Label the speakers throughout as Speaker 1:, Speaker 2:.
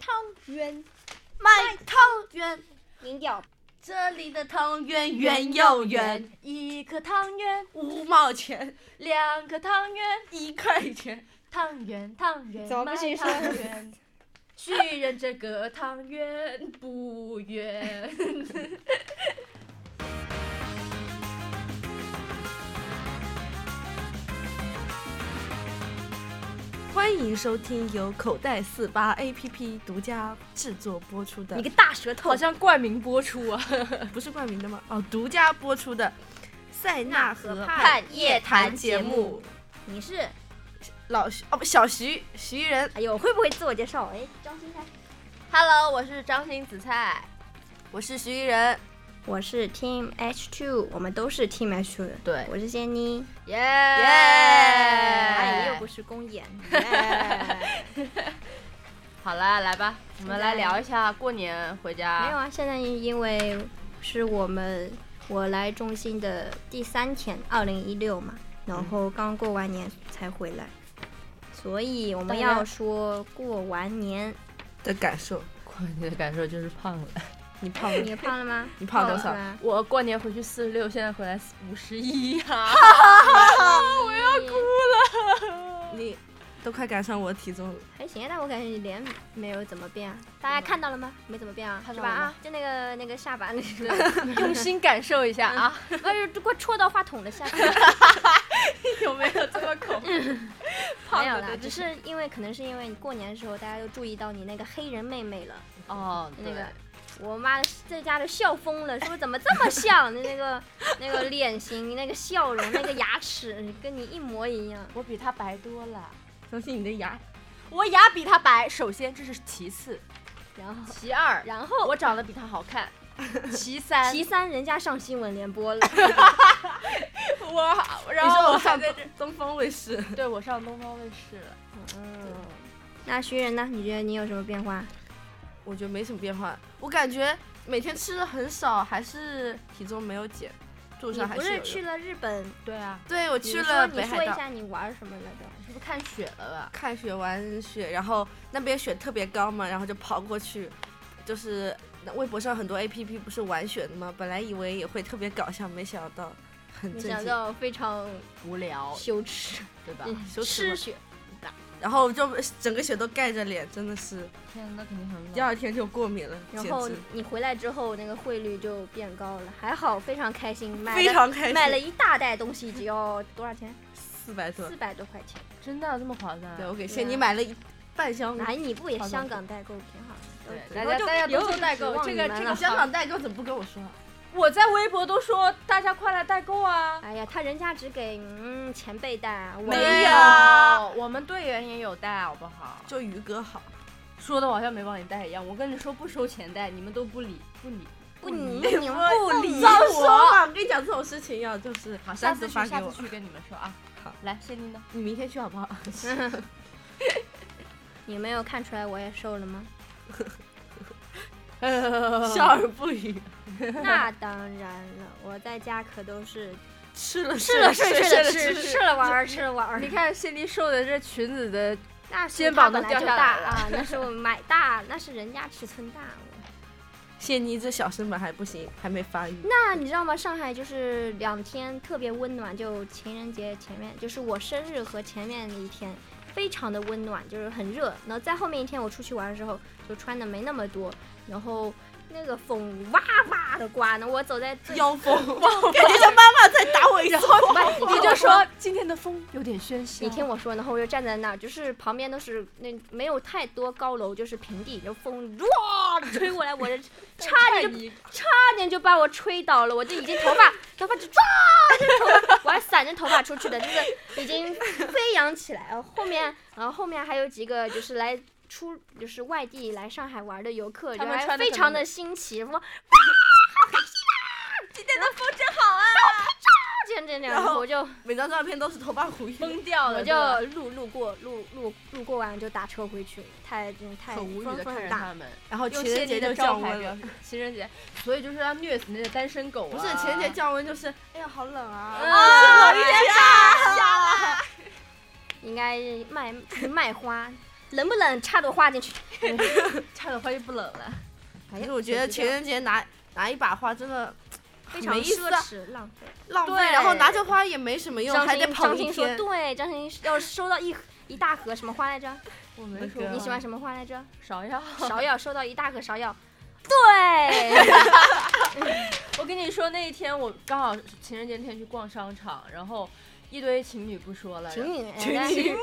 Speaker 1: 汤圆，
Speaker 2: 卖汤圆，
Speaker 1: 明调
Speaker 2: 这里的汤圆圆又圆，一颗汤圆五毛钱，两颗汤圆一块钱，汤圆汤圆
Speaker 1: 怎么不
Speaker 2: 卖
Speaker 1: 许说
Speaker 2: 汤 圆。许愿这个汤圆不圆。
Speaker 3: 欢迎收听由口袋四八 APP 独家制作播出的，
Speaker 1: 个大舌头
Speaker 2: 好像冠名播出啊！
Speaker 3: 不是冠名的吗？哦，独家播出的塞纳河畔
Speaker 1: 畔夜
Speaker 3: 谈
Speaker 1: 谈
Speaker 3: 节
Speaker 1: 节
Speaker 3: 目
Speaker 1: 目，，你是？
Speaker 3: 老徐哦不，小徐徐艺人，
Speaker 1: 哎呦，会不会自我介绍？哎，张新开，
Speaker 2: Hello，我是张新紫菜。
Speaker 3: 我是徐艺人，
Speaker 1: 我是 Team H Two，我们都是 Team H Two。
Speaker 3: 对
Speaker 1: 我是仙妮，
Speaker 2: 耶！
Speaker 1: 哎，
Speaker 2: 哎
Speaker 1: 又不是公演，哎
Speaker 2: 好啦，来吧，我们
Speaker 1: 现在
Speaker 2: 来聊一下过年回
Speaker 1: 没有
Speaker 2: 家。
Speaker 1: 啊，现在因为是我们我来中心的第三天，二零一六嘛，然后刚过完年才回来，所以我们
Speaker 2: 当然
Speaker 1: 要说过完年，
Speaker 3: 的感受，
Speaker 2: 过年的感受就是胖了。
Speaker 3: 你胖
Speaker 1: 你
Speaker 3: 了，
Speaker 1: 也胖了吗？
Speaker 3: 你胖了多
Speaker 1: 是
Speaker 3: 少？
Speaker 1: 吧？
Speaker 2: 我过年回去四十六，现在回来五十一啊！
Speaker 1: 我要哭，
Speaker 3: 你都快赶上我的体重了，
Speaker 1: 还行啊，但我感觉你脸没有怎么变啊，大家看到了吗？没怎么变啊，
Speaker 2: 看
Speaker 1: 是
Speaker 2: 到
Speaker 1: 吧？
Speaker 2: 了吗
Speaker 1: 啊，就那个那个下巴那个，
Speaker 2: 用心感受一下啊，
Speaker 1: 哎呦，都快戳到话筒了，下 巴。
Speaker 2: 嗯 有没有这么恐怖？
Speaker 1: 没
Speaker 2: 胖
Speaker 1: 有
Speaker 2: 了
Speaker 1: 啦
Speaker 2: 的，
Speaker 1: 只是因为可能是因为你过年的时候，大家都注意到你那个黑人妹妹了，
Speaker 2: 哦，
Speaker 1: 那
Speaker 2: 对
Speaker 1: 个。我妈在家都笑疯了，说怎么这么像那个那个脸型、那个笑容、那个牙齿，跟你一模一样。
Speaker 2: 我比他白多了，
Speaker 3: 相信你的牙，
Speaker 2: 我牙比他白，首先这是其次，
Speaker 1: 然 后，
Speaker 2: 其二，
Speaker 1: 然后
Speaker 2: 我长得比他好 看，其三，
Speaker 1: 其三，人家上新闻联 播了，
Speaker 2: 我，然
Speaker 3: 你说
Speaker 2: 后还
Speaker 3: 我上
Speaker 2: 在
Speaker 3: 东东方卫视，
Speaker 2: 这，对我上东方卫视了。
Speaker 1: 嗯。那徐仁呢？你觉得你有什么变化？
Speaker 3: 我觉得没什么变化，我感觉每天吃的很少，还是体重没有减，肚
Speaker 1: 你
Speaker 3: 上还
Speaker 1: 不
Speaker 3: 有
Speaker 1: 是
Speaker 3: 肉
Speaker 1: 去了日本？
Speaker 2: 对啊，
Speaker 3: 对我去
Speaker 1: 你
Speaker 3: 了
Speaker 1: 说
Speaker 3: 北
Speaker 1: 你
Speaker 3: 海
Speaker 1: 说一
Speaker 3: 道。
Speaker 1: 下你玩什么来着？
Speaker 2: 是不是看雪了吧？
Speaker 3: 看雪玩雪，然后那边雪特别高嘛，然后就跑过去，就是那微博上很多 A P P 不是玩雪的吗？本来以为也会特别搞笑，没想到很
Speaker 1: 没
Speaker 3: 震
Speaker 1: 想
Speaker 3: 惊，
Speaker 1: 到非常
Speaker 2: 无聊，
Speaker 1: 羞耻，
Speaker 2: 对吧？
Speaker 3: 羞耻
Speaker 1: 吃
Speaker 3: 嘛。
Speaker 1: 血。
Speaker 3: 然后就整个雪都盖着脸，真的是
Speaker 2: 天呐，那肯定很
Speaker 3: 第
Speaker 2: 冷。
Speaker 3: 二天就过敏了，
Speaker 1: 嗯然
Speaker 3: 简
Speaker 1: 后
Speaker 3: 直
Speaker 1: 你回来之后，那个汇率就变高了，还好非常开心，买
Speaker 3: 非
Speaker 1: 了
Speaker 3: 常开心。
Speaker 1: 买了一大袋东西，只要多少钱？
Speaker 3: 四百多
Speaker 1: 四，百多块钱。
Speaker 2: 真的这么划算啊？
Speaker 3: 对我给
Speaker 1: 对
Speaker 3: 仙
Speaker 1: 啊
Speaker 3: 你买了一半箱。
Speaker 1: 哪哎你不也
Speaker 3: 好的
Speaker 1: 香港代购挺好的？
Speaker 2: 对
Speaker 1: 以嗯
Speaker 2: 大家
Speaker 1: 后就
Speaker 2: 大家都
Speaker 1: 以后
Speaker 2: 去
Speaker 1: 就
Speaker 2: 代
Speaker 1: 指
Speaker 2: 购
Speaker 1: 望
Speaker 2: 这
Speaker 1: 你
Speaker 2: 个
Speaker 1: 们
Speaker 2: 这
Speaker 1: 了
Speaker 2: 个
Speaker 3: 香港代购怎么不跟我说啊？
Speaker 2: 我在微博都说大家快来代购啊！
Speaker 1: 哎呀，他人家只给嗯前辈带，我
Speaker 3: 没
Speaker 1: 们
Speaker 3: 有
Speaker 2: 我们队员也有带，好不好？
Speaker 3: 就于哥好，
Speaker 2: 说的我好像没帮你带一样。我跟你说不收钱带，你们都不理不理。
Speaker 1: 不 宁嗯不宁
Speaker 3: 不
Speaker 1: 理
Speaker 3: 早说嘛！我跟你讲这种事情要就是
Speaker 2: 好，下
Speaker 3: 擅
Speaker 2: 次
Speaker 3: 自
Speaker 2: 去
Speaker 3: 发
Speaker 2: 下
Speaker 3: 给
Speaker 2: 次
Speaker 3: 我，
Speaker 2: 去跟你们说啊。
Speaker 3: 好，
Speaker 2: 来，谢丽呢？
Speaker 3: 你明天去好不 好？
Speaker 1: 你没有看出来我也瘦了吗？
Speaker 3: 笑而不语。
Speaker 1: 那当然了，我在家可都是
Speaker 3: 吃了
Speaker 1: 吃了
Speaker 3: 睡 睡
Speaker 1: 睡，睡了吃，吃
Speaker 3: 吃。
Speaker 1: 了玩儿，吃了玩儿
Speaker 2: 你。看谢丽瘦的这裙子的，
Speaker 1: 那是
Speaker 2: 肩
Speaker 1: 他
Speaker 2: 膀
Speaker 1: 本
Speaker 2: 都
Speaker 1: 来
Speaker 2: 掉
Speaker 1: 就
Speaker 2: 下
Speaker 1: 大
Speaker 2: 来了
Speaker 1: 啊，那是我买大，那是人家尺寸大。我
Speaker 3: 谢妮这小身板还不行，还没发 育。
Speaker 1: 那你知道吗？上海就是两天特别温暖，就情人节前面，就是我生日和前面的一天，非常的温暖，就是很热。然后在后面一天我出去玩的时候，就穿的没那么多，然后那个风哇哇的刮呢，我走在最
Speaker 3: 腰 封，感觉像妈妈在打我一样。
Speaker 1: 外，你
Speaker 2: 你就说今天的风有点喧嚣。
Speaker 1: 你听我说，然后我就站在那儿，就是旁边都是那没有太多高楼，就是平地，就风哇吹过来，我这差点就差点就把我吹倒了，我这已经头发头发就抓，这头发我还散着头发出去的，就是已经飞扬起来了。后面然后后面还有几个就是来。出就是外地来上海玩的游客，
Speaker 2: 他
Speaker 1: 就
Speaker 2: 们
Speaker 1: 还
Speaker 2: 穿得
Speaker 1: 非
Speaker 2: 很
Speaker 1: 常
Speaker 2: 美
Speaker 1: 的新 奇，哇，啊
Speaker 2: 今天的风真好啊！
Speaker 1: 这样这样这
Speaker 3: 然
Speaker 1: 样，然后
Speaker 3: 后
Speaker 1: 我就
Speaker 3: 每张照片都是头发糊晕，
Speaker 2: 疯掉
Speaker 1: 我
Speaker 2: 了，
Speaker 1: 就
Speaker 2: 对吧
Speaker 1: 路路过路路路过完就打车回去，太真太
Speaker 2: 很无语
Speaker 1: 风
Speaker 2: 的
Speaker 1: 风
Speaker 2: 看着
Speaker 1: 大
Speaker 2: 他们。
Speaker 3: 然后
Speaker 2: 用
Speaker 3: 情人节就
Speaker 2: 的
Speaker 3: 降
Speaker 2: 招牌
Speaker 3: 温
Speaker 2: 表
Speaker 3: 了。
Speaker 2: 示情人节，所以就是要虐死那些单身狗啊！
Speaker 3: 不是情人节降温，就是哎呀好冷啊，
Speaker 2: 啊，
Speaker 1: 应该卖卖花，冷不冷插朵花进去。
Speaker 2: 插朵花就不冷了。
Speaker 1: 哎
Speaker 3: 其
Speaker 1: 呀
Speaker 3: 实我觉得情
Speaker 1: 谁知道
Speaker 3: 人节拿拿一把花真的
Speaker 1: 非常
Speaker 3: 没意
Speaker 1: 奢
Speaker 3: 思啊
Speaker 1: 侈浪费。
Speaker 3: 浪费，
Speaker 2: 对
Speaker 3: 然后拿着花也没什么用，
Speaker 1: 张
Speaker 3: 还得
Speaker 1: 欣，
Speaker 3: 跑
Speaker 1: 张
Speaker 3: 一
Speaker 1: 欣说
Speaker 3: 天。
Speaker 1: 对，张欣要是收到一盒一大盒什么花来着？
Speaker 2: 我没
Speaker 3: 说
Speaker 1: 你喜欢什么花来着？
Speaker 2: 芍药？
Speaker 1: 芍药，收到一大盒芍药。对，
Speaker 2: 我跟你说，那一天我刚好情人节那天去逛商场，然后一堆情侣不说了，
Speaker 1: 情侣，
Speaker 2: 情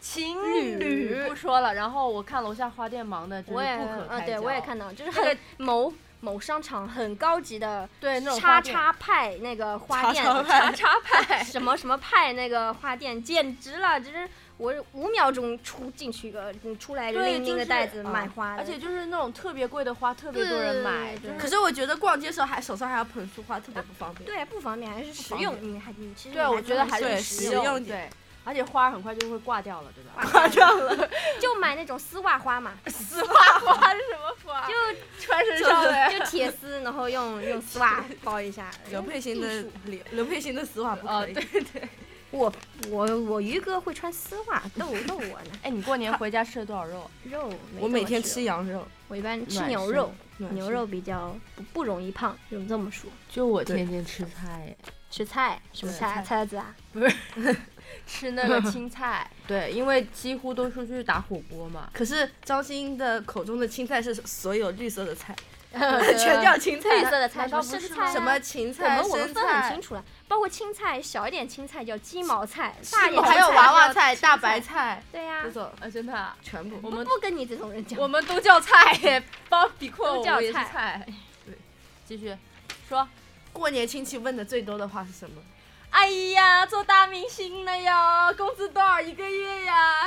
Speaker 2: 情侣不说了，然后我看楼下花店忙的，
Speaker 1: 我也，
Speaker 2: 不可
Speaker 1: 嗯，
Speaker 2: 开
Speaker 1: 对
Speaker 2: 交
Speaker 1: 我也看到，就是
Speaker 2: 那
Speaker 1: 很
Speaker 2: 个
Speaker 1: 某某商场很高级的
Speaker 2: 对那种
Speaker 1: 叉
Speaker 2: 花店
Speaker 1: 叉派那个花店，
Speaker 3: 叉 叉派
Speaker 1: 叉派什么什么派那个花店，简直了，就是我五秒钟出进去一个，你出来
Speaker 2: 对就
Speaker 1: 拎拎个
Speaker 2: 是
Speaker 1: 袋子
Speaker 3: 啊
Speaker 1: 买花的，
Speaker 2: 而且就是那种特别贵的花，特别多人买，
Speaker 1: 对
Speaker 2: 就是
Speaker 3: 可是我觉得逛街时候还手上还要捧束花，特别不方便。
Speaker 1: 对不方便，还是实
Speaker 3: 方
Speaker 1: 用，你还你其实
Speaker 2: 对，
Speaker 1: 你
Speaker 2: 我觉得还
Speaker 1: 真的
Speaker 2: 是
Speaker 3: 对
Speaker 2: 实
Speaker 3: 实
Speaker 2: 用
Speaker 3: 用
Speaker 2: 对，而且花很快就会挂掉了，对吧？
Speaker 1: 挂掉了，就买那种丝袜 花嘛，
Speaker 2: 丝袜 花是什么花？
Speaker 1: 就
Speaker 2: 穿身
Speaker 3: 上的
Speaker 2: 呀。
Speaker 1: 就 铁丝，然后用用丝袜包一下。
Speaker 3: 刘佩欣的
Speaker 1: 艺术
Speaker 3: 刘刘佩欣的丝袜不
Speaker 2: 啊，
Speaker 3: 可以
Speaker 2: 对，对。
Speaker 1: 我我我鱼哥会穿丝袜逗逗我呢，
Speaker 2: 哎，你过年回家吃了多少肉？啊
Speaker 1: 肉没
Speaker 3: 我每
Speaker 1: 怎么
Speaker 3: 天吃
Speaker 1: 肉，
Speaker 3: 羊肉，
Speaker 1: 我一般吃
Speaker 2: 暖
Speaker 1: 牛
Speaker 2: 身
Speaker 1: 肉，
Speaker 3: 暖
Speaker 1: 牛
Speaker 3: 身
Speaker 1: 肉比较不不容易胖，就这么说。
Speaker 2: 就我
Speaker 3: 天
Speaker 2: 天吃菜，
Speaker 1: 吃菜什么
Speaker 2: 对
Speaker 1: 菜？
Speaker 2: 菜
Speaker 1: 菜籽啊？
Speaker 2: 吃那个青菜。 对，因为几乎都出去打火锅嘛。
Speaker 3: 可是张欣的口中的青菜是所有绿色的菜，全
Speaker 1: 全
Speaker 3: 叫青
Speaker 1: 绿
Speaker 3: 菜，
Speaker 1: 色的菜，
Speaker 2: 难
Speaker 1: 什
Speaker 2: 道不
Speaker 1: 么生
Speaker 2: 是
Speaker 1: 菜啊？
Speaker 3: 什么芹
Speaker 1: 我
Speaker 3: 菜、
Speaker 1: 们我们
Speaker 3: 生
Speaker 1: 分很清
Speaker 3: 菜，
Speaker 1: 楚了，包括青菜，小一点青菜叫鸡毛菜，大
Speaker 3: 还
Speaker 1: 一
Speaker 3: 有
Speaker 1: 点
Speaker 3: 还有
Speaker 1: 青
Speaker 3: 娃
Speaker 1: 叫
Speaker 3: 娃菜、
Speaker 1: 青
Speaker 3: 大白。菜，
Speaker 1: 对呀
Speaker 3: 这，种
Speaker 2: 啊，真的啊，
Speaker 3: 全部
Speaker 2: 我
Speaker 1: 我
Speaker 2: 们
Speaker 1: 不跟你这种人讲。
Speaker 2: 我们都叫菜耶，包比括
Speaker 1: 都
Speaker 2: 我
Speaker 1: 叫
Speaker 2: 我也是
Speaker 1: 菜
Speaker 2: 菜。对，继续说。
Speaker 3: 过年亲戚问的最多的话是什么？
Speaker 2: 哎呀，做大明星了呀，工资多少一个月呀？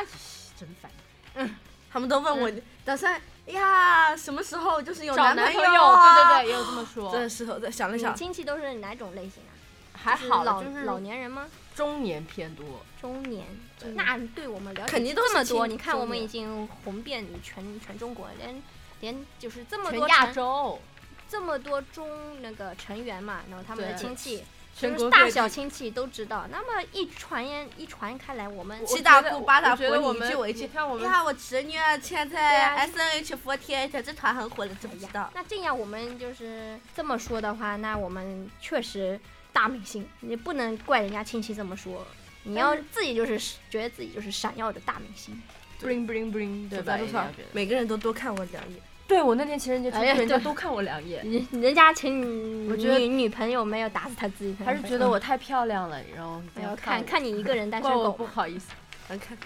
Speaker 2: 真烦。
Speaker 3: 他们都问我打算哎呀什么时候就是
Speaker 2: 嗯
Speaker 3: 有
Speaker 2: 找
Speaker 3: 男
Speaker 2: 男
Speaker 3: 友
Speaker 2: 友，
Speaker 3: 啊？
Speaker 2: 对对对，也有这么说。
Speaker 3: 这时候再想了
Speaker 1: 你
Speaker 3: 想，
Speaker 1: 亲戚都是哪种类型啊？
Speaker 2: 还
Speaker 1: 是
Speaker 2: 好
Speaker 1: 老
Speaker 2: 就是
Speaker 1: 老年人吗？
Speaker 2: 中年偏多。
Speaker 1: 中年？
Speaker 2: 对
Speaker 1: 那对我们了解
Speaker 3: 肯定都
Speaker 1: 这么
Speaker 3: 是亲
Speaker 1: 多，你看
Speaker 3: 中
Speaker 1: 我们
Speaker 3: 年
Speaker 1: 已经红遍全全中国，连连就是这么
Speaker 2: 全
Speaker 1: 多
Speaker 2: 亚
Speaker 1: 城
Speaker 2: 洲，
Speaker 1: 这么多中那个成员嘛，然后他们的
Speaker 2: 对
Speaker 1: 亲戚，
Speaker 2: 全
Speaker 1: 就是
Speaker 2: 国
Speaker 1: 大
Speaker 2: 各
Speaker 1: 小
Speaker 2: 地
Speaker 1: 亲戚都知道。那么一传言一传开来，我们
Speaker 2: 我
Speaker 3: 七大
Speaker 2: 觉得
Speaker 3: 姑八大
Speaker 2: 我觉得
Speaker 3: 婆
Speaker 2: 我
Speaker 3: 你一
Speaker 2: 们
Speaker 3: 句我一
Speaker 2: 你
Speaker 3: 句。
Speaker 2: 看我们
Speaker 3: 呀，我侄女啊现在 S N H 4 T H 这团很火的，知不知
Speaker 2: 哎
Speaker 3: 道？
Speaker 1: 那这样我们就是这么说的话，那我们确实大明星，你不能怪人家亲戚这么说。你要自己就是觉得自己就是闪耀着大明星，
Speaker 2: bling bling bling，对
Speaker 3: 走
Speaker 2: 吧？
Speaker 3: 在
Speaker 2: 一
Speaker 3: 路
Speaker 2: 定要
Speaker 3: 上
Speaker 2: 觉，得
Speaker 3: 哎每个人都多看我两眼。
Speaker 2: 对我那天情人节出去，
Speaker 1: 哎呀
Speaker 2: 人家
Speaker 1: 对
Speaker 2: 都看我两眼，
Speaker 1: 人人家前女
Speaker 2: 我觉得
Speaker 1: 女女朋友没有打死他自己，
Speaker 2: 还是觉得我太漂亮了，然后
Speaker 1: 没有
Speaker 2: 看
Speaker 1: 哎看看你一个人单身
Speaker 2: 怪我
Speaker 1: 狗
Speaker 2: 不好意思，
Speaker 3: 咱看，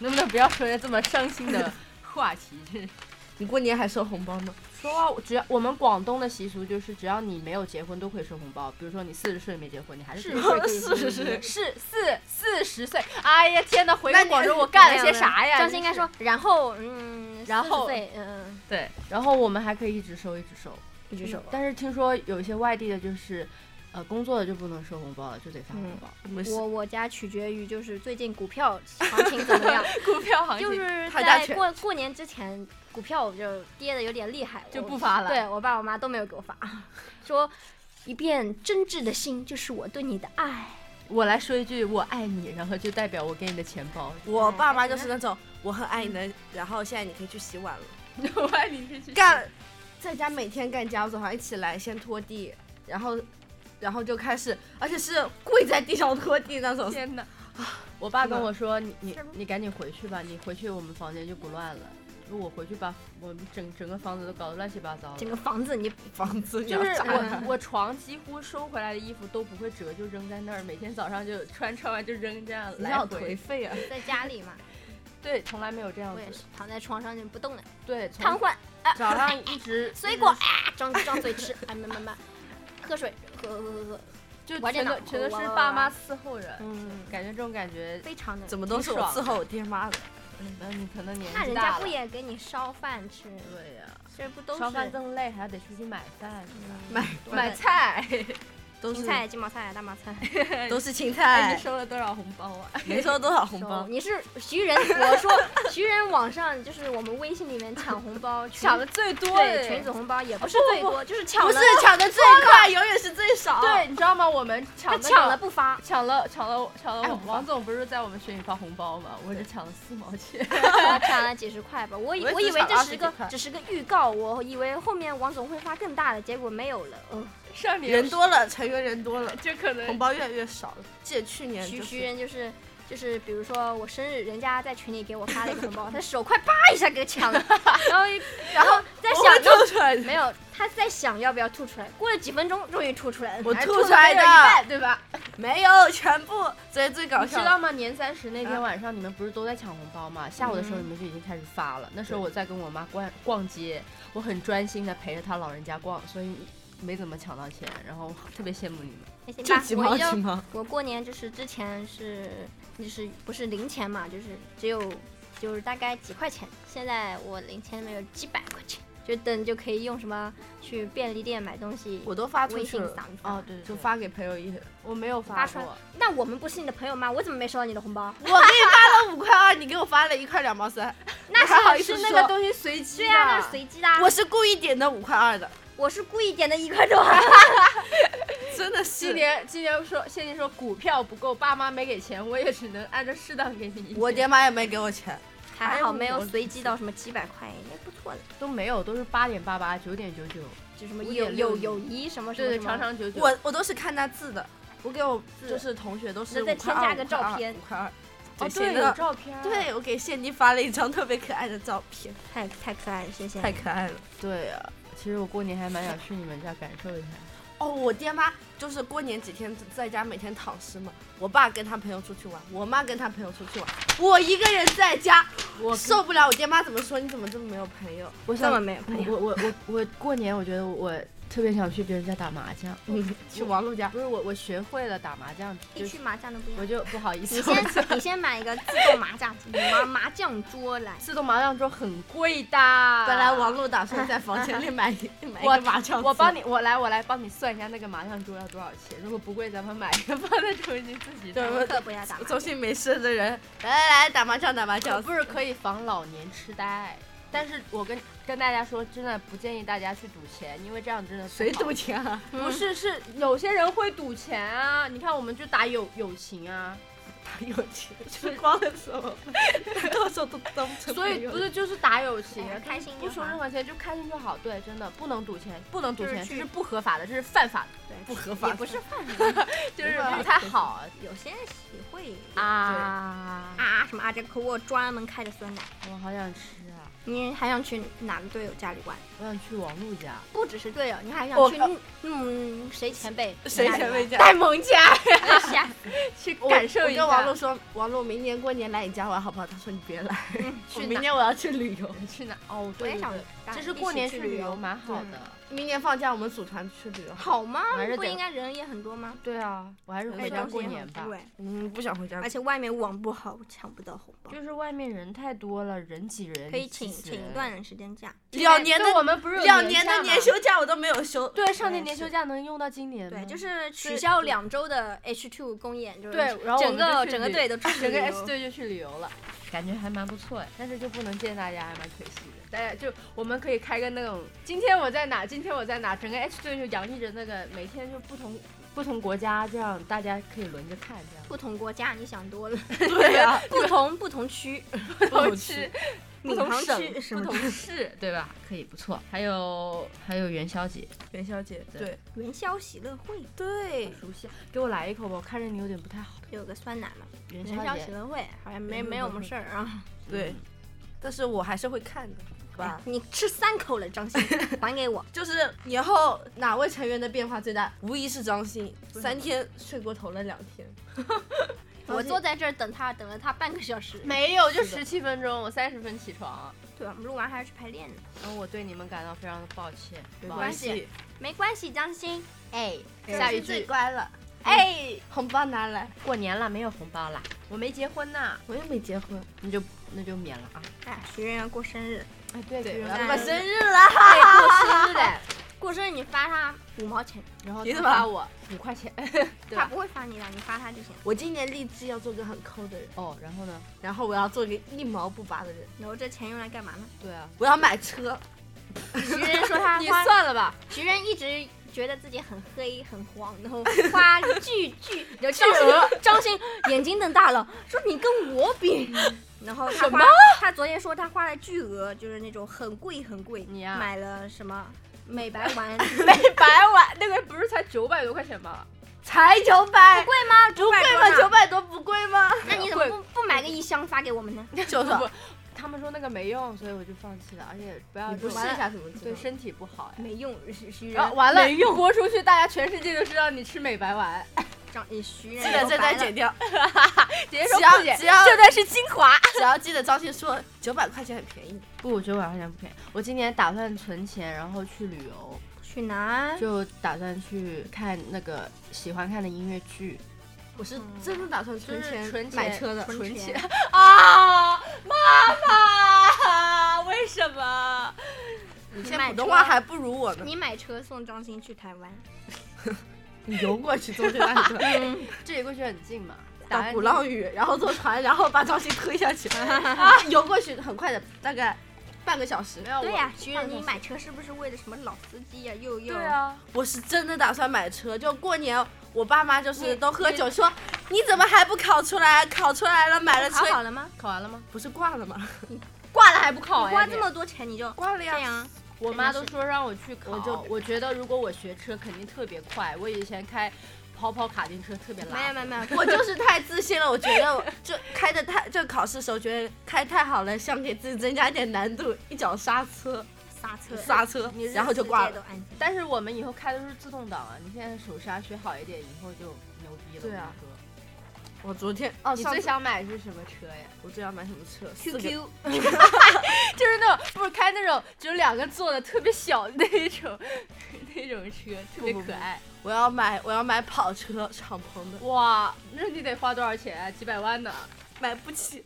Speaker 2: 能不能不要说些这么伤心的话题？ 真是
Speaker 3: 你过年还收红包吗？
Speaker 2: 说啊，只要我们广东的习俗就是，只要你没有结婚都可以收红包。比如说你四十岁没结婚，你还是40岁可以
Speaker 3: 是
Speaker 2: 收红
Speaker 3: 是
Speaker 2: 包
Speaker 3: 是
Speaker 2: 是四四十岁。哎呀天哪，回
Speaker 3: 那
Speaker 2: 到
Speaker 3: 你
Speaker 2: 广州我干了些啥呀？
Speaker 1: 张欣应该
Speaker 2: 真是
Speaker 1: 说，然后嗯，
Speaker 2: 然后
Speaker 1: 40岁嗯，
Speaker 2: 对，然后我们还可以一直收一直收，
Speaker 1: 一只手。
Speaker 2: 但是听说有一些外地的，就是呃工作的就不能收红包了，就得发红包。
Speaker 3: 我们是
Speaker 1: 我我家取决于就是最近股票行情 怎么样，
Speaker 2: 股票行
Speaker 1: 就
Speaker 2: 情
Speaker 1: 是
Speaker 3: 他家
Speaker 1: 在
Speaker 3: 全
Speaker 1: 过过年之前，股票我就跌的有点厉害，
Speaker 2: 就
Speaker 1: 我
Speaker 2: 不发了。，
Speaker 1: 对我爸我妈都没有给我发，说一片真挚的心就是我对你的爱，
Speaker 2: 我来说一句我爱你，然后就代表我给你的钱包。
Speaker 3: 我爸妈就是那种我很爱你
Speaker 2: 嗯
Speaker 3: 的，然后现在你可以去洗碗了，
Speaker 2: 我爱你可以去
Speaker 3: 干，在家每天干家务，早上一起来先拖地，然后，然后就开始，而且是跪在地上拖地那种。
Speaker 2: 天哪！我爸
Speaker 3: 真的
Speaker 2: 跟我说：“你你你赶紧回去吧，你回去我们房间就不乱了。如果我回去把我们整整个房子都搞得乱七八糟了。”
Speaker 1: 整个房子你
Speaker 3: 房子
Speaker 2: 就是
Speaker 3: 秒炸
Speaker 2: 我我床几乎收回来的衣服都不会折，就扔在那儿，每天早上就穿穿完就扔这样
Speaker 3: 你
Speaker 2: 来
Speaker 3: 好
Speaker 2: 回
Speaker 3: 颓。废啊！
Speaker 1: 在家里嘛，
Speaker 2: 对，从来没有这样
Speaker 1: 我
Speaker 2: 子
Speaker 1: 也。是躺在床上就不动了，
Speaker 2: 对，
Speaker 1: 嗯瘫
Speaker 2: 从
Speaker 1: 痪，
Speaker 2: 早上一 直
Speaker 1: 水果啊，张张嘴吃，哎，慢慢慢，喝水，喝喝喝喝，
Speaker 2: 一直就
Speaker 1: 玩
Speaker 2: 全
Speaker 1: 电
Speaker 2: 都
Speaker 1: 脑
Speaker 2: 全都
Speaker 1: 哇
Speaker 2: 是
Speaker 1: 哇哇
Speaker 2: 爸妈伺候着，
Speaker 1: 嗯，
Speaker 2: 感觉这种感觉，
Speaker 1: 非常的。
Speaker 3: 怎么都是我伺候我爹妈的，
Speaker 2: 那你可能年
Speaker 1: 那
Speaker 2: 纪
Speaker 1: 人
Speaker 2: 大
Speaker 1: 家
Speaker 2: 了
Speaker 1: 不。也给你烧饭吃，
Speaker 2: 对呀，
Speaker 1: 这不都
Speaker 2: 烧饭
Speaker 1: 是
Speaker 2: 更累，还得出去买饭，
Speaker 1: 嗯
Speaker 3: 买
Speaker 1: 多
Speaker 2: 买
Speaker 1: 累
Speaker 2: 菜。
Speaker 3: 都
Speaker 1: 芹
Speaker 3: 是
Speaker 1: 菜、金毛菜、大毛菜。
Speaker 3: 都是青
Speaker 2: 哎，
Speaker 3: 菜
Speaker 2: 你，收了多少红包啊？
Speaker 3: 没收多少红包
Speaker 1: 手。你是徐仁，我说徐仁网上就是我们微信里面抢红包，群
Speaker 2: 抢的最多
Speaker 1: 嗯对
Speaker 2: 的
Speaker 1: 群组红包啊也不是
Speaker 2: 不
Speaker 1: 最
Speaker 2: 不
Speaker 1: 多，就是抢
Speaker 3: 不
Speaker 1: 了
Speaker 3: 是抢的最快，永远是最少。
Speaker 2: 对，你知道吗？我们抢那
Speaker 1: 他
Speaker 2: 个
Speaker 1: 抢了不发，
Speaker 2: 抢了抢了抢了
Speaker 3: 哎
Speaker 2: 我！
Speaker 3: 我
Speaker 2: 王总不是在我们群里发红包吗？我只抢了四毛钱。
Speaker 1: 我抢了几十块吧，我以
Speaker 3: 我也
Speaker 1: 我
Speaker 3: 只
Speaker 1: 以为
Speaker 3: 抢
Speaker 1: 这
Speaker 3: 了
Speaker 1: 是
Speaker 3: 20
Speaker 1: 个
Speaker 3: 几块
Speaker 1: 只是个预告，我以为后面王总会发更大的，结果没有了。嗯，
Speaker 2: 上年
Speaker 3: 人多了，成员人多了，
Speaker 2: 就可能
Speaker 3: 红包越来越少了。记得去年
Speaker 1: 徐
Speaker 3: 嗯就
Speaker 1: 徐
Speaker 3: 是
Speaker 1: 人就是就是，比如说我生日，人家在群里给我发了一个红 包，他手快啪一下给抢了，然后然后在
Speaker 3: 我会
Speaker 1: 想要
Speaker 3: 吐出来 的，
Speaker 1: 没有，他在想要不要吐出来，过了几分钟终于吐出来了。
Speaker 3: 我
Speaker 2: 还
Speaker 3: 吐
Speaker 2: 出
Speaker 3: 出来
Speaker 2: 的，
Speaker 3: 的，
Speaker 2: 对吧？
Speaker 3: 没有全部，这是最搞
Speaker 2: 你知
Speaker 3: 笑的。
Speaker 2: 道吗？年三十那天
Speaker 3: 啊
Speaker 2: 晚上，你们不是都在抢红包吗？下午的时候，你们就已经开始发了。那时候我在跟我妈逛逛街，我很专心的陪着她老人家逛，所以没怎么抢到钱。然后特别羡慕你们。
Speaker 1: 哎行
Speaker 3: 就
Speaker 1: 吧
Speaker 3: 几，毛
Speaker 1: 我
Speaker 3: 几
Speaker 1: 要
Speaker 3: 毛，
Speaker 1: 我过年就是之前是就是不是零钱嘛，就是只有就是大概几块钱。现在我零钱里面有几百块钱，就等就可以用什么去便利店买东西，
Speaker 3: 我都发出
Speaker 1: 微
Speaker 3: 去
Speaker 1: 信
Speaker 3: 了，
Speaker 1: 扫一扫。
Speaker 2: 哦，对
Speaker 3: 就发给朋友一人。
Speaker 2: 我没有发
Speaker 1: 发出来
Speaker 2: 过。
Speaker 1: 那我们不是你的朋友吗？我怎么没收到你的红 包？
Speaker 3: 我给你发了五块二，你给我发了一块两毛三，
Speaker 1: 那
Speaker 3: 还好意
Speaker 1: 是
Speaker 3: 思
Speaker 1: 是
Speaker 3: 说
Speaker 1: 那个东
Speaker 2: 东西随机
Speaker 1: 对啊，那是随机的啊。
Speaker 3: 我是故意点的五块二的，
Speaker 1: 我是故意点的一块多，
Speaker 3: 真的
Speaker 2: 今
Speaker 3: 是。
Speaker 2: 年今年说现金说股票不够，爸妈没给钱，我也只能按照适当给你一点。
Speaker 3: 我爹妈也没给我钱，
Speaker 1: 还好没有随机到什么几百块，也不错的。
Speaker 2: 都没有，都是八点八八、九点九九，
Speaker 1: 就什么
Speaker 2: 五
Speaker 1: 友
Speaker 2: 点
Speaker 1: 友
Speaker 2: 六
Speaker 1: 友谊什么什
Speaker 2: 对
Speaker 1: 么
Speaker 2: 对，
Speaker 1: 什么
Speaker 2: 长长久久。
Speaker 3: 我我都是看他字的。我给我
Speaker 1: 字
Speaker 3: 就是同学都是
Speaker 1: 那
Speaker 3: 5
Speaker 1: 再
Speaker 3: 块
Speaker 1: 添加
Speaker 3: 二
Speaker 1: 个
Speaker 3: 5块二
Speaker 1: 照片
Speaker 3: 5块二，
Speaker 2: 哦，
Speaker 3: 写
Speaker 2: 对，
Speaker 3: 的
Speaker 2: 有照片儿。
Speaker 3: 对，我给谢妮发了一张特别可爱的照片，
Speaker 1: 太太可爱了，谢谢。
Speaker 3: 太可爱了。
Speaker 2: 对啊，其实我过年还蛮想去你们家感受一下。
Speaker 3: 哦，我爹妈就是过年几天在家每天躺尸嘛，我爸跟他朋友出去玩，我妈跟他朋友出去玩，我一个人在家，
Speaker 2: 我
Speaker 3: 受不了。我爹妈怎么说？你怎么这么没有朋友？
Speaker 2: 我
Speaker 1: 这
Speaker 2: 想
Speaker 1: 么没有朋友，
Speaker 2: 我我我我过年我觉得我特别想去别人家打麻将，
Speaker 3: 嗯，去王璐家。
Speaker 2: 不是我我学会了打麻将，
Speaker 1: 一
Speaker 2: 就
Speaker 1: 去麻将都不一样
Speaker 2: 我。就不好意思
Speaker 1: 你。先你先买一个自动麻将麻麻将桌 来，
Speaker 2: 自动麻将桌很贵的，
Speaker 3: 本来王璐打算在房间里 买一买一
Speaker 2: 我
Speaker 3: 个麻将，
Speaker 2: 我帮
Speaker 3: 你。
Speaker 2: 你，我来我来帮你算一下那个麻将桌要多少钱。如果不贵，咱们买一个放在重庆自己打。
Speaker 3: 对
Speaker 1: 我可不要打麻将
Speaker 3: 重庆没事的人，来来来，打麻将打麻将。
Speaker 2: 不是可以防老年痴呆，但是我跟跟大家说，真的不建议大家去赌钱，因为这样真的不
Speaker 3: 谁
Speaker 2: 好
Speaker 3: 赌钱啊？
Speaker 2: 不是，是有些人会赌钱啊！你看，我们就打友友情啊，
Speaker 3: 打有钱，就是光的时候，到时候都当成
Speaker 2: 所
Speaker 3: 朋
Speaker 2: 以
Speaker 3: 友
Speaker 2: 不是就是打友情
Speaker 1: 哎
Speaker 2: 啊，
Speaker 1: 呀开心
Speaker 2: 不
Speaker 1: 就
Speaker 2: 收
Speaker 1: 好
Speaker 2: 任何钱，就开心就好。对，真的不能赌钱，不能赌
Speaker 1: 就是
Speaker 2: 钱，这
Speaker 1: 去
Speaker 2: 是不合法的，这是犯法的，
Speaker 1: 对，
Speaker 3: 不合
Speaker 1: 也
Speaker 3: 法，
Speaker 1: 不是犯人，
Speaker 2: 就是
Speaker 3: 合法
Speaker 2: 不
Speaker 3: 的
Speaker 2: 太好
Speaker 1: 有些人喜会
Speaker 2: 啊！
Speaker 1: 啊什么啊，这可我专门开的酸奶。
Speaker 2: 我好想吃啊！
Speaker 1: 你还想去哪个队友家里玩？
Speaker 2: 我想去王璐家，
Speaker 1: 不只是队友，你还想
Speaker 3: 我
Speaker 1: 去
Speaker 3: 靠
Speaker 1: 嗯谁 前辈？
Speaker 3: 谁前辈？家？
Speaker 2: 呆萌家
Speaker 1: 下
Speaker 2: 去
Speaker 3: 我
Speaker 2: 感受一下。
Speaker 3: 我跟王璐说，王璐明年过年来你家玩好不好？他说你别来，
Speaker 1: 去
Speaker 3: 我
Speaker 1: 哪
Speaker 3: 明年我要去旅游。
Speaker 2: 去哪？哦，
Speaker 1: 我
Speaker 2: 对
Speaker 1: 也
Speaker 2: 对
Speaker 1: 想
Speaker 2: 对，，其
Speaker 1: 其
Speaker 2: 实
Speaker 1: 实
Speaker 2: 过年去旅游
Speaker 1: 游
Speaker 2: 蛮好
Speaker 3: 嗯
Speaker 2: 的。
Speaker 3: 明年放假我们组团去旅游。
Speaker 1: 好吗
Speaker 2: 还是？
Speaker 1: 不
Speaker 2: 得
Speaker 1: 应该人也很多吗？
Speaker 2: 对啊，我还是回
Speaker 3: 哎
Speaker 2: 家
Speaker 1: 东西
Speaker 2: 过
Speaker 1: 也很
Speaker 2: 年吧。
Speaker 1: 贵
Speaker 3: 嗯，不想回家
Speaker 1: 而。且外面网不好，抢不到红包。
Speaker 2: 就是外面人太多了，人挤人，
Speaker 1: 可以
Speaker 2: 气
Speaker 1: 请
Speaker 2: 死
Speaker 1: 请一
Speaker 2: 人
Speaker 1: 段时间假，
Speaker 3: 两年的
Speaker 2: 对我们不是有
Speaker 3: 两年
Speaker 2: 假
Speaker 3: 的
Speaker 2: 吗
Speaker 3: 年休假我都没有休。
Speaker 2: 对，上年
Speaker 3: 对
Speaker 2: 年休
Speaker 3: 是
Speaker 2: 假能用到今年吗？
Speaker 1: 对，就是取
Speaker 2: 对
Speaker 1: 消两周的 H two 公演，就是
Speaker 2: 对然后我
Speaker 1: 整
Speaker 2: 们就
Speaker 1: 个
Speaker 2: 去
Speaker 1: 整个
Speaker 2: 旅
Speaker 1: 队都出去
Speaker 2: 整个
Speaker 1: 旅
Speaker 2: S
Speaker 1: 游
Speaker 2: 队就去旅游了，感觉还蛮不错哎，但是就不能见大家，还蛮可惜的。大家就我们可以开个那种，今天我在哪，今天我在哪，整个 H 队就洋溢着那个，每天就不同不同国家，这样大家可以轮着看， 这样。
Speaker 1: 不同国家，你想多 了。
Speaker 3: 对啊，
Speaker 1: 不同不同区，
Speaker 2: 不
Speaker 3: 同
Speaker 2: 区
Speaker 3: 区、
Speaker 2: 不
Speaker 1: 闵
Speaker 2: 同
Speaker 1: 行
Speaker 2: 省、
Speaker 1: 区什
Speaker 2: 不
Speaker 1: 么
Speaker 2: 同市，对吧？可以，不错。还有还有元宵节，
Speaker 3: 元宵节
Speaker 2: 对
Speaker 3: 对
Speaker 1: 元宵喜乐会
Speaker 3: 对，
Speaker 2: 熟悉，给我来一口吧，我看着你有点不太好。
Speaker 1: 有个酸奶嘛，
Speaker 2: 元
Speaker 1: 元宵
Speaker 2: 宵
Speaker 1: 喜
Speaker 2: 节，
Speaker 1: 乐会好像
Speaker 3: 元
Speaker 1: 没
Speaker 3: 宵
Speaker 1: 没
Speaker 3: 喜
Speaker 1: 有
Speaker 3: 乐
Speaker 1: 什么
Speaker 3: 会
Speaker 1: 事儿啊。
Speaker 3: 对
Speaker 2: 嗯，
Speaker 3: 但是我还是会看的。吧，
Speaker 1: 你吃三口了，张 鑫，还给我。
Speaker 3: 就是年后哪位成员的变化最大？无疑是张欣，三天睡过头了两天。
Speaker 1: 我坐在这儿等他，等了他半个小时。
Speaker 2: 没有，就是
Speaker 3: 的
Speaker 2: 十七分钟，我三十分起床。
Speaker 1: 对，我们录完还要去排练呢。
Speaker 2: 然后我对你们感到非常的抱歉，
Speaker 3: 没
Speaker 2: 不好
Speaker 1: 关
Speaker 2: 意思
Speaker 1: 系，没关系，张鑫。哎
Speaker 2: 下一
Speaker 3: 张欣最
Speaker 2: 句，
Speaker 3: 乖了，嗯
Speaker 1: 哎，
Speaker 3: 红包拿来。
Speaker 2: 过年了没有红包啦？我没结婚呐，
Speaker 3: 我也没结婚，
Speaker 2: 那就那就免了啊。
Speaker 1: 哎，徐媛媛过生日，
Speaker 2: 哎，对
Speaker 3: 对，我
Speaker 1: 元
Speaker 3: 要
Speaker 1: 旦
Speaker 3: 过生日了。
Speaker 2: 过生日嘞，
Speaker 1: 过生日你发他五毛钱，
Speaker 2: 然后
Speaker 3: 凭
Speaker 2: 他
Speaker 3: 什么
Speaker 2: 发我五块 钱。对
Speaker 1: 他
Speaker 2: 吧
Speaker 1: 不会发你的，你发他就行。
Speaker 3: 我今年立志要做个很抠的人，
Speaker 2: 哦，然后呢？
Speaker 3: 然后我要做一个一毛不拔的人，
Speaker 1: 然后这钱用来干嘛 呢？
Speaker 2: 对啊，
Speaker 3: 我要买车。
Speaker 1: 徐峥说他
Speaker 2: 你
Speaker 1: 花，
Speaker 2: 算了 吧，
Speaker 1: 徐峥一直觉得自己很黑很黄，然后花巨巨，
Speaker 2: 有巨
Speaker 1: 张欣
Speaker 2: 额。
Speaker 1: 张欣眼睛瞪大了，说你跟我比。然后他
Speaker 2: 什
Speaker 1: 花
Speaker 2: 么，
Speaker 1: 他昨天说他花了巨额，就是那种很贵很贵，
Speaker 2: 你呀
Speaker 1: 买了什么美白丸，
Speaker 2: 百万那个不是才九百多块钱吗？才九
Speaker 1: 不
Speaker 2: 百，
Speaker 1: 贵吗？九哎百
Speaker 2: 贵
Speaker 1: 多
Speaker 2: 吗？九
Speaker 1: 呢？
Speaker 2: 百多不贵吗？
Speaker 1: 那你怎么不不买个一箱发给我们呢？
Speaker 3: 就是
Speaker 2: 不 不，他们说那个没用，所以我就放弃了，而且不要
Speaker 3: 你不
Speaker 2: 这
Speaker 3: 试
Speaker 2: 种
Speaker 3: 一下怎么知
Speaker 2: 对
Speaker 3: 道？
Speaker 2: 身体不好呀。
Speaker 1: 没用，徐徐
Speaker 2: 然后
Speaker 1: 峥，
Speaker 2: 完了，播出去，大家全世界都知道你吃美白 丸。
Speaker 1: 张徐峥
Speaker 3: 记得
Speaker 1: 又
Speaker 3: 这段
Speaker 1: 白了
Speaker 3: 剪 掉，
Speaker 2: 直接
Speaker 3: 说
Speaker 2: 说
Speaker 3: 不
Speaker 2: 不
Speaker 3: 减
Speaker 2: 减，
Speaker 3: 这
Speaker 2: 这段是精华。
Speaker 3: 只要记得张鑫说九百块钱很便宜，
Speaker 2: 不，九百块钱不便宜。我今年打算存钱，然后去旅游，
Speaker 1: 去哪？
Speaker 2: 就打算去看那个喜欢看的音乐剧
Speaker 3: 我是真的打算存
Speaker 2: 就是
Speaker 3: 钱
Speaker 2: 存钱
Speaker 3: 买车的，
Speaker 1: 存钱。
Speaker 2: 啊！妈妈，为什么？
Speaker 3: 你
Speaker 1: 你
Speaker 3: 现在
Speaker 1: 买
Speaker 3: 普通
Speaker 1: 车
Speaker 3: 话还不如我呢。
Speaker 1: 你买车送张欣去台湾，
Speaker 3: 你游过去 中间那一段，
Speaker 2: 这里过去很近嘛，打
Speaker 3: 打
Speaker 2: 完
Speaker 3: 鼓
Speaker 2: 地
Speaker 3: 浪屿，然后坐船，然后把张鑫推下去， 游过去很快的，大概半个小时
Speaker 2: 没。有
Speaker 1: 对呀、徐峥，
Speaker 2: 半个
Speaker 1: 你
Speaker 2: 小
Speaker 1: 买车是不是为了什么老司机呀、又又
Speaker 2: 对啊，
Speaker 3: 我是真的打算买车，就过年我爸妈就是
Speaker 2: 你
Speaker 3: 都喝
Speaker 2: 你
Speaker 3: 酒说，你怎么还不考出来？考出来了买了车
Speaker 1: 考，好了吗？
Speaker 2: 考完了吗？
Speaker 3: 不是挂了吗？
Speaker 2: 挂了还不考呀？
Speaker 1: 花
Speaker 2: 你
Speaker 1: 这么多钱你就
Speaker 3: 挂了
Speaker 1: 这
Speaker 3: 呀。
Speaker 1: 样，
Speaker 2: 我妈都说让我去考，
Speaker 3: 我
Speaker 2: 我
Speaker 3: 就
Speaker 2: 觉得如果我学车肯定特别快。我以前开跑跑卡丁车特别
Speaker 1: 没有
Speaker 2: 拉，
Speaker 1: 没有没有，
Speaker 3: 我就是太自信了，我觉得我就开的太，就考试时候觉得开太好了，想给自己增加一点难度，一脚刹车，
Speaker 1: 刹车，
Speaker 3: 刹车
Speaker 1: 你，
Speaker 3: 然后就挂
Speaker 1: 世界
Speaker 3: 了。
Speaker 1: 都安静
Speaker 2: 但是我们以后开的都是自动挡啊。你现在手刹学好一点，以后就牛逼了。
Speaker 3: 对啊
Speaker 2: 我跟你说，
Speaker 3: 我昨天哦，
Speaker 2: 你
Speaker 3: 上
Speaker 2: 最
Speaker 3: 次
Speaker 2: 想买的是什么车 呀？
Speaker 3: 我最想买什么车四个
Speaker 1: QQ
Speaker 2: 就是那种不是开那种只有两个座的特别小的那一种 那种车，特别
Speaker 3: 不不
Speaker 2: 可爱。
Speaker 3: 我要买我要买跑车敞篷的，
Speaker 2: 哇，那你得花多少钱、啊？几百万呢？
Speaker 3: 买不起，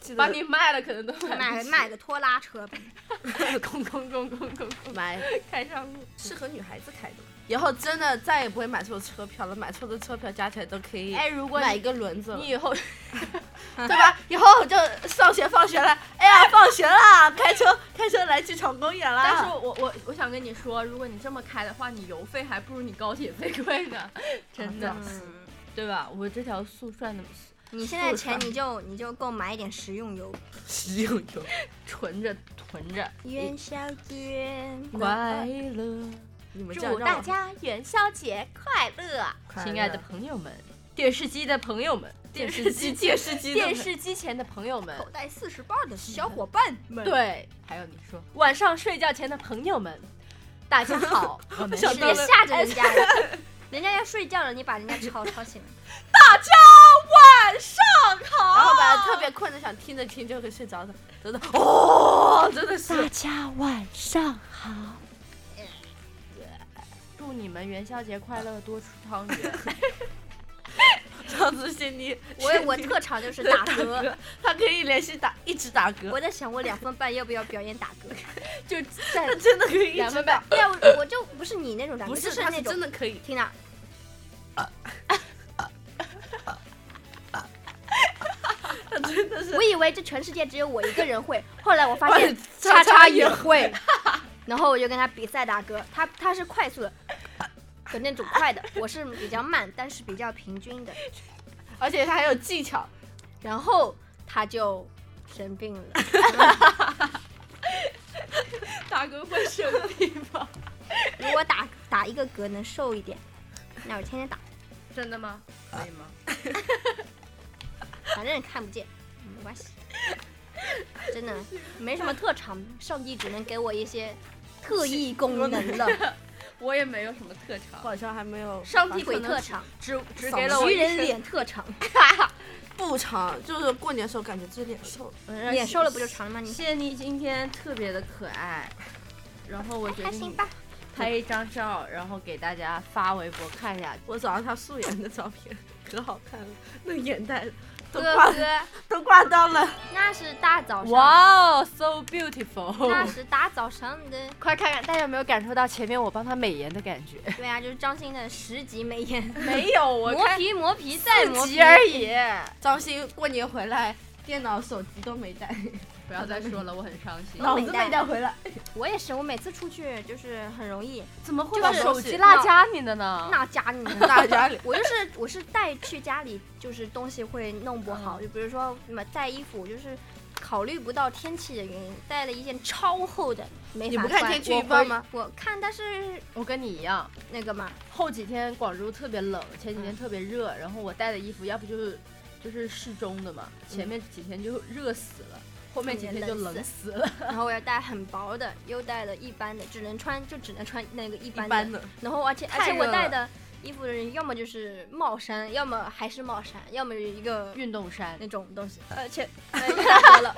Speaker 3: 记得
Speaker 2: 把你卖了可能都买
Speaker 1: 买
Speaker 2: 不起
Speaker 1: 买个拖拉车吧，
Speaker 2: 空空空空空空
Speaker 3: 买
Speaker 2: 开上路。
Speaker 3: 适合女孩子开的。以后真的再也不会买错车票了，买错的车票加起来都可以
Speaker 2: 哎，如果
Speaker 3: 买一
Speaker 2: 你
Speaker 3: 个轮子了
Speaker 2: 你 以后
Speaker 3: 对吧？以后就上学放学了，哎 呀，放学啦，开车开车来剧场公园啦。
Speaker 2: 但是我我我想跟你说，如果你这么开的话，你油费还不如你高铁费贵呢，真的，
Speaker 1: 嗯，
Speaker 2: 啊对吧？我这条速算的
Speaker 1: 你现在钱你就你就购买一点食用油，
Speaker 3: 实用油，
Speaker 2: 囤着囤着，
Speaker 1: 元宵节嗯
Speaker 2: 快乐，
Speaker 3: 你们这样
Speaker 2: 祝
Speaker 3: 让我
Speaker 2: 大家元宵节快乐，
Speaker 3: 快乐
Speaker 2: 亲爱的朋友们，电视机的朋友们，电视机
Speaker 3: 电视机
Speaker 2: 电视机前的朋友们，
Speaker 1: 口袋哦四十八的小伙伴们，
Speaker 2: 对，还有你说晚上睡觉前的朋友们，大家好， 我们是
Speaker 3: 想到
Speaker 1: 别
Speaker 3: 了
Speaker 1: 吓着人家呀，人家要睡觉了，你把人家吵吵醒了。
Speaker 2: 大家晚上好，
Speaker 3: 然后本来特别困的想听着听就会睡着的， 真的哦，真的是
Speaker 2: 家晚上好。祝你们元宵节快乐，多出汤圆。
Speaker 3: 上次心里
Speaker 1: 我我特长就是打嗝，
Speaker 3: 嗝， 他可以连续打一直打嗝，
Speaker 1: 我在想我两分半要不要表演打嗝。
Speaker 2: 就在
Speaker 3: 他真的可以一
Speaker 2: 两
Speaker 3: 直
Speaker 2: 分
Speaker 3: 打
Speaker 2: 半，，
Speaker 1: 对呀，我我就不是你那种打嗝，
Speaker 3: 不
Speaker 1: 就是
Speaker 3: 他
Speaker 1: 那
Speaker 3: 是
Speaker 1: 种
Speaker 3: 真的可以，
Speaker 1: 听到。
Speaker 3: 他真的是
Speaker 1: 我以为这全世界只有我一个人会，后来我发现
Speaker 3: 叉叉
Speaker 1: 叉叉
Speaker 3: 也
Speaker 1: 也会，然后我就跟他比赛打嗝，他他是快速的。的那种快的，我是比较慢，但是比较平均的。
Speaker 3: 而且他还有技巧，
Speaker 1: 然后他就生 病了，
Speaker 2: 打嗝会生病吗？
Speaker 1: 如果打打一个嗝能瘦一点，那我天天打，
Speaker 2: 真的吗？可以吗？
Speaker 1: 反正看不见，嗯没关系。真的没什么特长，上帝只能给我一些特异 功能了。
Speaker 2: 我也没有什么特长，
Speaker 3: 好像还没有
Speaker 1: 上帝鬼特长，
Speaker 2: 只只
Speaker 3: 嗓
Speaker 2: 给
Speaker 3: 子
Speaker 2: 了我
Speaker 1: 徐
Speaker 2: 一
Speaker 1: 人
Speaker 2: 身
Speaker 1: 脸特 长，
Speaker 3: 不长，就是过年的时候感觉自己脸瘦了，
Speaker 1: 脸瘦了不就长了吗？你
Speaker 2: 谢谢你今天特别的可爱，然后我决
Speaker 1: 开心
Speaker 2: 定
Speaker 1: 吧。
Speaker 2: 拍一张照，然后给大 家发微博看一下。
Speaker 3: 我找到他素颜的照片，可好看了，那眼袋都
Speaker 1: 哥
Speaker 3: 挂
Speaker 1: 哥，
Speaker 3: 都挂到了。
Speaker 1: 那是大早上，
Speaker 2: 哇 哦，so
Speaker 1: 那
Speaker 2: beautiful！
Speaker 1: 是大早上的。
Speaker 2: 快看看大家有没有感受到前面我帮他美颜的感觉？
Speaker 1: 对啊，就是张欣的十级美颜，
Speaker 2: 没有，我
Speaker 1: 磨皮磨皮再磨
Speaker 2: 四
Speaker 1: 皮
Speaker 2: 级而已。
Speaker 3: 张鑫过年回来，电脑、手机都没带，
Speaker 2: 不要再说了，我很伤心。
Speaker 1: 都
Speaker 3: 脑
Speaker 1: 没
Speaker 3: 子
Speaker 1: 带
Speaker 3: 没带回 来。
Speaker 1: 我也是，我每次出去就是很容易
Speaker 2: 怎么会
Speaker 3: 把
Speaker 2: 把手
Speaker 3: 手
Speaker 2: 机
Speaker 3: 机
Speaker 2: 落家里的呢？
Speaker 1: 那家 里面。
Speaker 3: 大家里
Speaker 1: 我就是我是带去家里，就是东西会弄不
Speaker 3: 嗯
Speaker 1: 好，就比如说什么带衣服，就是考虑不到天气的原因，带了一件超厚的，没
Speaker 3: 你
Speaker 1: 法
Speaker 3: 不
Speaker 1: 穿。
Speaker 3: 看天气
Speaker 1: 我
Speaker 3: 预报吗？
Speaker 1: 我看，但是
Speaker 2: 我跟你一样，
Speaker 1: 那个嘛，
Speaker 2: 后几天广州特别冷，前几天特别热，然后我带的衣服要不就是就是适中的嘛，前面几天就热死了，后面几天就嗯冷死了。
Speaker 1: 然后我要带很薄的，又带了一般的，只能穿就只能穿那个一般
Speaker 3: 一
Speaker 1: 的。
Speaker 3: 般的，
Speaker 1: 然后而且而
Speaker 2: 太
Speaker 1: 且
Speaker 2: 热
Speaker 1: 我
Speaker 2: 了
Speaker 1: 带的衣服要么就是帽衫，要么还是帽衫，要么 一个
Speaker 2: 运动衫，
Speaker 1: 那种东西，而且哎太多了，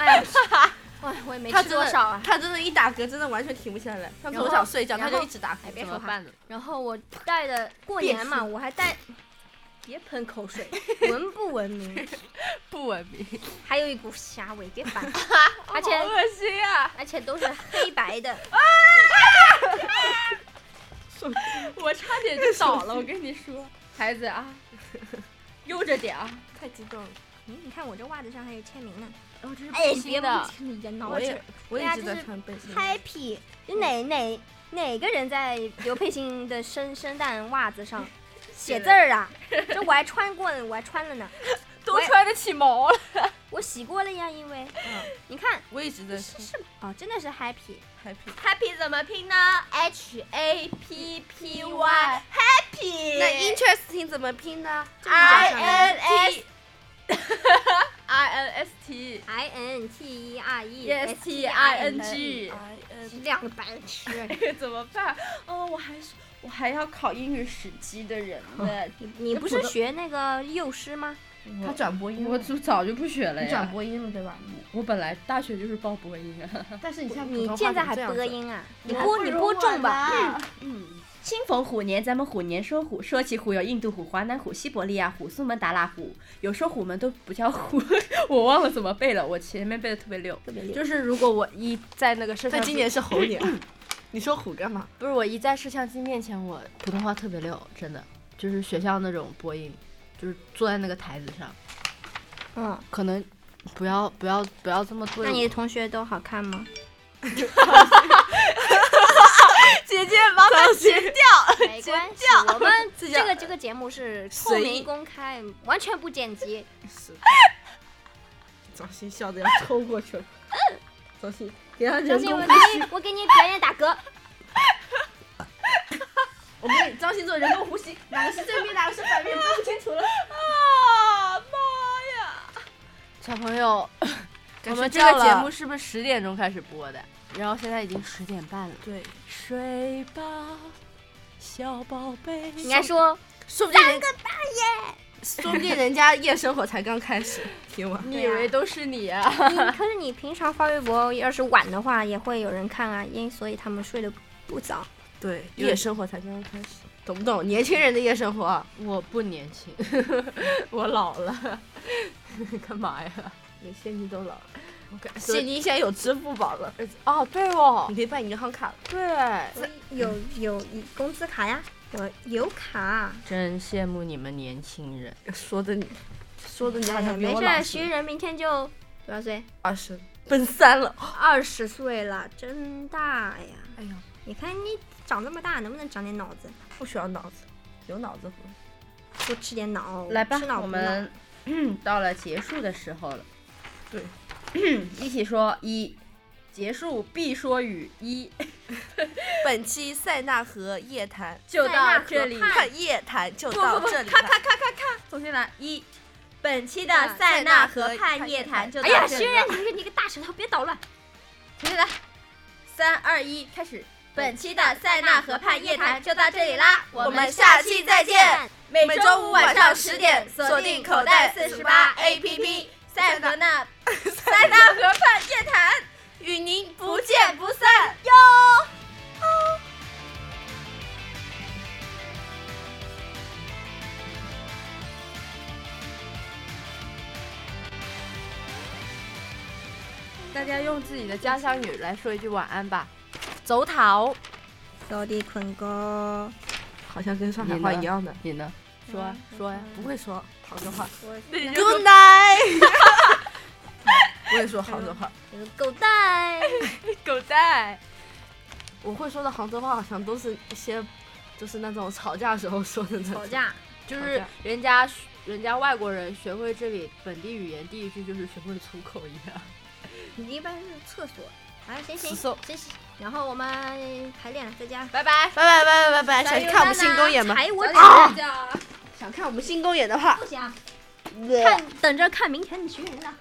Speaker 1: 哎呀， 哎我也没
Speaker 3: 他
Speaker 1: 吃
Speaker 3: 真
Speaker 1: 多
Speaker 3: 的
Speaker 1: 少啊。
Speaker 3: 他真的，一打嗝真的完全停不下来。他
Speaker 1: 然后
Speaker 3: 从小睡觉，
Speaker 1: 然
Speaker 3: 他
Speaker 1: 后
Speaker 3: 就一直打嗝。
Speaker 1: 哎，
Speaker 2: 怎
Speaker 1: 别说
Speaker 2: 么
Speaker 1: 话。
Speaker 2: 办呢？
Speaker 1: 然后我带的过年嘛，我还带，别喷口 水，文不文明？
Speaker 2: 不文明，
Speaker 1: 还有一股虾味，别 烦。而且
Speaker 2: 好恶心啊！
Speaker 1: 而且都是黑白的，
Speaker 2: 我差点就倒了，我跟你哎说，孩子啊，悠着点啊！
Speaker 3: 太激动了，
Speaker 1: 嗯，你看我这袜子上还有签名呢。
Speaker 2: 哦，这是
Speaker 1: 哎
Speaker 2: 不，
Speaker 1: 别
Speaker 2: 新
Speaker 1: 忘
Speaker 2: 的，
Speaker 1: 记你的脑
Speaker 3: 我
Speaker 1: 子
Speaker 3: 也。我
Speaker 1: 对啊
Speaker 3: 一直在
Speaker 1: 就是
Speaker 3: 穿背心。
Speaker 1: Happy，哪哪哪个人在刘佩欣的生生蛋袜子 上写字儿啊？这我还穿过呢，我还穿了呢，
Speaker 2: 都 穿得起毛了。
Speaker 1: 我洗过了呀，因为
Speaker 3: 嗯，
Speaker 1: 你看
Speaker 3: 我一直在
Speaker 1: 是是哦，真的是 Happy。
Speaker 3: happy。
Speaker 2: Happy 怎么拼呢？H A P P
Speaker 1: Y
Speaker 2: Happy
Speaker 3: 那 interesting 怎么拼呢
Speaker 2: I
Speaker 3: 这么
Speaker 2: N
Speaker 3: 讲
Speaker 2: S I N S T
Speaker 1: I N T E R E
Speaker 2: S E T I N G，
Speaker 3: I N
Speaker 1: 两个白 痴，
Speaker 2: 怎么办？哦，我还是我还要考英语史记的人呢。
Speaker 1: 你不是学那个幼师吗？
Speaker 4: 他转播音
Speaker 2: 我
Speaker 4: 了，
Speaker 2: 就早就不学了
Speaker 4: 你转
Speaker 2: 呀。
Speaker 4: 播音了对吧？
Speaker 2: 我本来大学就是报播 音啊。
Speaker 4: 但是你现在普
Speaker 1: 你
Speaker 4: 通话
Speaker 1: 现在
Speaker 4: 怎么
Speaker 1: 还
Speaker 4: 这样
Speaker 1: 播
Speaker 4: 子，
Speaker 1: 音啊？你
Speaker 4: 还
Speaker 1: 播
Speaker 4: 不
Speaker 1: 你
Speaker 4: 如
Speaker 1: 播
Speaker 4: 我
Speaker 1: 重
Speaker 4: 呢。
Speaker 1: 吧？
Speaker 5: 新逢虎年，咱们虎年说虎，说起虎有印度虎、华南虎、西伯利亚虎、苏门答腊虎，有说虎门都不叫虎， 我忘了怎么背了，我前面背的特别溜。
Speaker 2: 就是如果我一在那个摄像
Speaker 3: 但
Speaker 2: 机
Speaker 3: 今年是猴年，你说虎干 嘛？
Speaker 2: 不是我一在摄像机面前，我普通话特别溜，真的就是学校那种播音，就是坐在那个台子上，
Speaker 1: 嗯，
Speaker 2: 可能不要不要不要这么对我。
Speaker 1: 那你的同学都好看吗？
Speaker 2: 姐姐麻烦剪掉。
Speaker 1: 没 关系，我们这个这个节目是透
Speaker 3: 随意
Speaker 1: 明公开，完全不剪 辑。
Speaker 3: 是。张鑫笑的要抽过去 了。张鑫，给他
Speaker 1: 张
Speaker 3: 人
Speaker 1: 鑫，
Speaker 3: 工
Speaker 1: 我
Speaker 3: 呼
Speaker 1: 给
Speaker 3: 吸。
Speaker 1: 你我给你表演打 嗝，
Speaker 3: 我们给张鑫做人工呼吸，哪个是正面，哪个是反面，分不清楚了。
Speaker 2: 小朋友，我
Speaker 3: 我
Speaker 2: 们
Speaker 3: 们
Speaker 2: 这
Speaker 3: 这
Speaker 2: 个
Speaker 3: 个
Speaker 2: 节
Speaker 3: 节
Speaker 2: 目
Speaker 3: 目
Speaker 2: 是不是十点钟开始播的？然后现在已经十点半了，
Speaker 3: 对，
Speaker 2: 睡吧，小宝贝。
Speaker 1: 应该说
Speaker 3: 说不定人说不定人家夜生活才刚开始，听完。
Speaker 2: 你以为都是你啊？
Speaker 1: 你可是你平常发微博要是晚的话，也会有人看啊，因所以他们睡得不早。
Speaker 3: 对，夜生活才刚刚开始，懂不懂？年轻人的夜生活，
Speaker 2: 我不年轻， 我老了。 干嘛呀？
Speaker 3: 你现在都老了。
Speaker 2: 我感
Speaker 3: 谢妮现在有支付宝了，
Speaker 2: 哦，对哦
Speaker 3: 你，可以办银行卡了。
Speaker 2: 对，
Speaker 1: 有有工资卡呀，我有卡。
Speaker 2: 真羡慕你们年轻人。
Speaker 3: 说的你，说的你好
Speaker 1: 哎呀，
Speaker 3: 像比
Speaker 1: 没
Speaker 3: 我
Speaker 1: 事
Speaker 3: 老
Speaker 1: 儿，徐仁明天就多少岁？
Speaker 3: 二十，奔三了。
Speaker 1: 二十岁了，真大呀！
Speaker 3: 哎呦，
Speaker 1: 你看你长这么大，能不能长点脑子？
Speaker 3: 不需要脑子，有脑子活。
Speaker 1: 多吃点脑，
Speaker 5: 来吧
Speaker 1: 吃脑，
Speaker 5: 我
Speaker 1: 补
Speaker 5: 们
Speaker 1: 脑
Speaker 5: 到了结束的时候了。
Speaker 3: 对，
Speaker 5: 一起说一，结束必说语一，
Speaker 3: 本期塞纳河夜谈，
Speaker 5: 就到
Speaker 1: 河
Speaker 5: 这里。
Speaker 1: 畔
Speaker 3: 看夜谈就到这里了。
Speaker 5: 咔咔咔，重新来一。本期的
Speaker 3: 啊
Speaker 5: 塞
Speaker 3: 塞
Speaker 5: 纳
Speaker 3: 纳
Speaker 5: 河
Speaker 3: 河
Speaker 5: 畔
Speaker 3: 畔
Speaker 5: 夜
Speaker 3: 夜
Speaker 5: 谈
Speaker 3: 谈
Speaker 5: 就到
Speaker 1: 哎呀，
Speaker 5: 这
Speaker 1: 徐
Speaker 5: 里了
Speaker 1: 仁，你个你个大舌头，别 捣乱！
Speaker 5: 重新来，三二一，开始。本期的塞纳河畔夜谈就到这里啦，我
Speaker 3: 我
Speaker 5: 们
Speaker 3: 们下期再见。
Speaker 5: 每
Speaker 3: 每
Speaker 5: 周
Speaker 3: 周
Speaker 5: 五
Speaker 3: 五
Speaker 5: 晚
Speaker 3: 晚
Speaker 5: 上
Speaker 3: 上
Speaker 5: 十
Speaker 3: 10
Speaker 5: 点
Speaker 3: 点
Speaker 5: 锁
Speaker 3: 锁
Speaker 5: 定
Speaker 3: 定
Speaker 5: 口
Speaker 3: 口
Speaker 5: 袋
Speaker 3: 袋
Speaker 5: 四十
Speaker 3: 48
Speaker 5: 八 APP
Speaker 3: APP
Speaker 5: 塞河那 塞纳河畔夜谈，
Speaker 3: 与您不
Speaker 5: 不见不散。
Speaker 2: 大家用自己的家乡语来说一句晚安吧。
Speaker 1: 走桃，
Speaker 4: 早点困觉。
Speaker 3: 好像跟上海话一样的，
Speaker 2: 你呢？说啊说呀，
Speaker 3: 不会说杭州话。
Speaker 4: Good night。
Speaker 3: 不 会说杭州话，
Speaker 1: 有个狗蛋，
Speaker 2: 狗蛋。
Speaker 3: 我会说的杭州话好像都是一些，就是那种吵架时候说的那种
Speaker 1: 吵。架，
Speaker 2: 就是人家学人家外国人学会这里本地语言，第一句就是学会粗口一样。
Speaker 1: 你一般是厕所。啊，行行
Speaker 2: 死送
Speaker 1: 行行，然后我们排练了，再 见。
Speaker 2: 拜拜。
Speaker 3: 拜拜拜拜拜拜！想看我们新公啊演吗？
Speaker 1: 哎，我
Speaker 3: 想看我们新公演的话，
Speaker 1: 不想看，等着看明天的学人呢。